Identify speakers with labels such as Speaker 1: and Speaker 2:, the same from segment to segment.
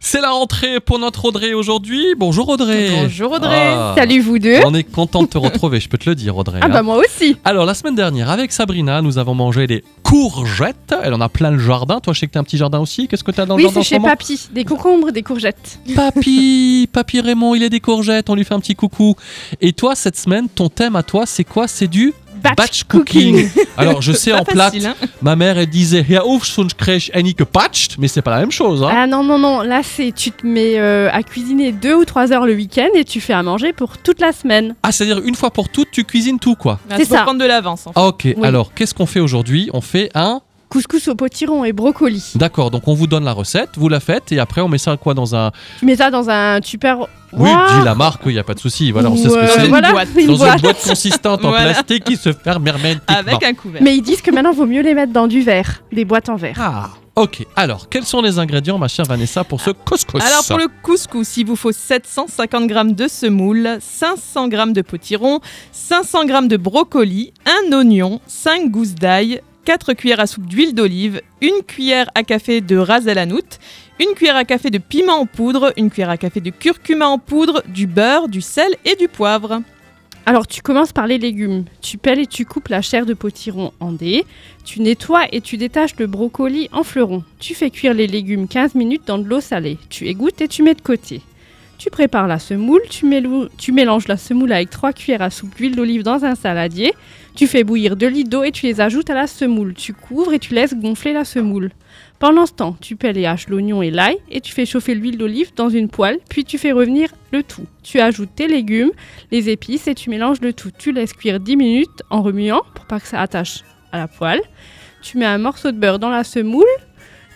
Speaker 1: C'est la rentrée pour notre Audrey aujourd'hui. Bonjour Audrey.
Speaker 2: Bonjour Audrey.
Speaker 1: Ah.
Speaker 2: Salut vous deux.
Speaker 1: On est content de te retrouver, je peux te le dire Audrey.
Speaker 2: Ah
Speaker 1: hein.
Speaker 2: bah moi aussi.
Speaker 1: Alors la semaine dernière avec Sabrina, nous avons mangé des courgettes. Elle en a plein le jardin. Toi, je sais que t'as un petit jardin aussi. Qu'est-ce que t'as dans
Speaker 2: Oui,
Speaker 1: le jardin
Speaker 2: c'est
Speaker 1: en ce
Speaker 2: chez
Speaker 1: moment
Speaker 2: Papy. Des concombres, des courgettes.
Speaker 1: Papy, papy Raymond, il a des courgettes. On lui fait un petit coucou. Et toi, cette semaine, ton thème à toi, c'est quoi C'est du
Speaker 2: Batch,
Speaker 1: Alors je sais en plate,
Speaker 2: hein.
Speaker 1: ma mère elle disait Ja, ouf, schon crèche que patcht, mais c'est pas la même chose. Hein.
Speaker 2: Ah non, non, non. Là, c'est tu te mets euh, à cuisiner deux ou trois heures le week-end et tu fais à manger pour toute la semaine.
Speaker 1: Ah, c'est-à-dire une fois pour toutes, tu cuisines tout quoi.
Speaker 3: Ah,
Speaker 2: C'est
Speaker 3: C'est pour
Speaker 2: ça.
Speaker 3: prendre de l'avance. En fait.
Speaker 1: Ah, ok,
Speaker 2: Oui.
Speaker 1: alors qu'est-ce qu'on fait aujourd'hui On fait un.
Speaker 2: Couscous au potiron et brocoli.
Speaker 1: D'accord, donc on vous donne la recette, vous la faites, et après on met ça quoi dans un.
Speaker 2: Tu mets ça dans un super.
Speaker 1: Oui, dis la marque, il n'y a pas de souci, voilà, on sait ce que
Speaker 3: euh,
Speaker 1: c'est.
Speaker 2: Voilà,
Speaker 3: Une boîte.
Speaker 2: une
Speaker 1: dans
Speaker 2: boîte.
Speaker 1: une boîte consistante en
Speaker 3: Voilà.
Speaker 1: plastique qui se ferme hermétiquement.
Speaker 3: Avec un couvert.
Speaker 2: Mais ils disent que maintenant, vaut mieux les mettre dans du verre, des boîtes en verre.
Speaker 1: Ah, ok, alors quels sont les ingrédients, ma chère Vanessa, pour ce couscous
Speaker 3: Alors pour le couscous, il vous faut 750 g de semoule, 500 g de potiron, 500 g de brocoli, un oignon, 5 gousses d'ail, 4 cuillères à soupe d'huile d'olive, une cuillère à café de ras el hanout, une cuillère à café de piment en poudre, une cuillère à café de curcuma en poudre, du beurre, du sel et du poivre.
Speaker 2: Alors, tu commences par les légumes. Tu pelles et tu coupes la chair de potiron en dés. Tu nettoies et tu détaches le brocoli en fleurons. Tu fais cuire les légumes 15 minutes dans de l'eau salée. Tu égouttes et tu mets de côté. Tu prépares la semoule, tu, mélou- tu mélanges la semoule avec 3 cuillères à soupe d'huile d'olive dans un saladier. Tu fais bouillir 2 litres d'eau et tu les ajoutes à la semoule. Tu couvres et tu laisses gonfler la semoule. Pendant ce temps, tu pelles et haches l'oignon et l'ail et tu fais chauffer l'huile d'olive dans une poêle, puis tu fais revenir le tout. Tu ajoutes tes légumes, les épices et tu mélanges le tout. Tu laisses cuire 10 minutes en remuant pour pas que ça attache à la poêle. Tu mets un morceau de beurre dans la semoule,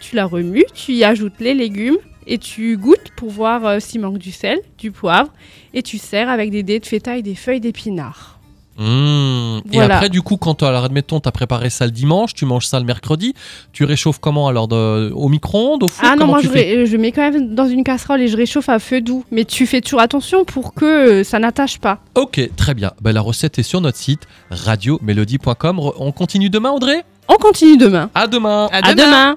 Speaker 2: tu la remues, tu y ajoutes les légumes et tu goûtes pour voir euh, s'il manque du sel, du poivre et tu sers avec des dés de feta et des feuilles d'épinards.
Speaker 1: Mmh. Et
Speaker 2: Voilà.
Speaker 1: après, du coup, quand t'as- alors, admettons, t'as préparé ça le dimanche, tu manges ça le mercredi, tu réchauffes comment alors de- Au micro-ondes, au four
Speaker 2: ah non,
Speaker 1: comment
Speaker 2: moi
Speaker 1: tu
Speaker 2: je,
Speaker 1: fais
Speaker 2: ré- je mets quand même dans une casserole et je réchauffe à feu doux, mais tu fais toujours attention pour que euh, ça n'attache pas.
Speaker 1: Ok, très bien. Ben, la recette est sur notre site radiomélodie.com. Re- On continue demain, Audrey
Speaker 2: On continue demain.
Speaker 1: À demain
Speaker 2: À demain.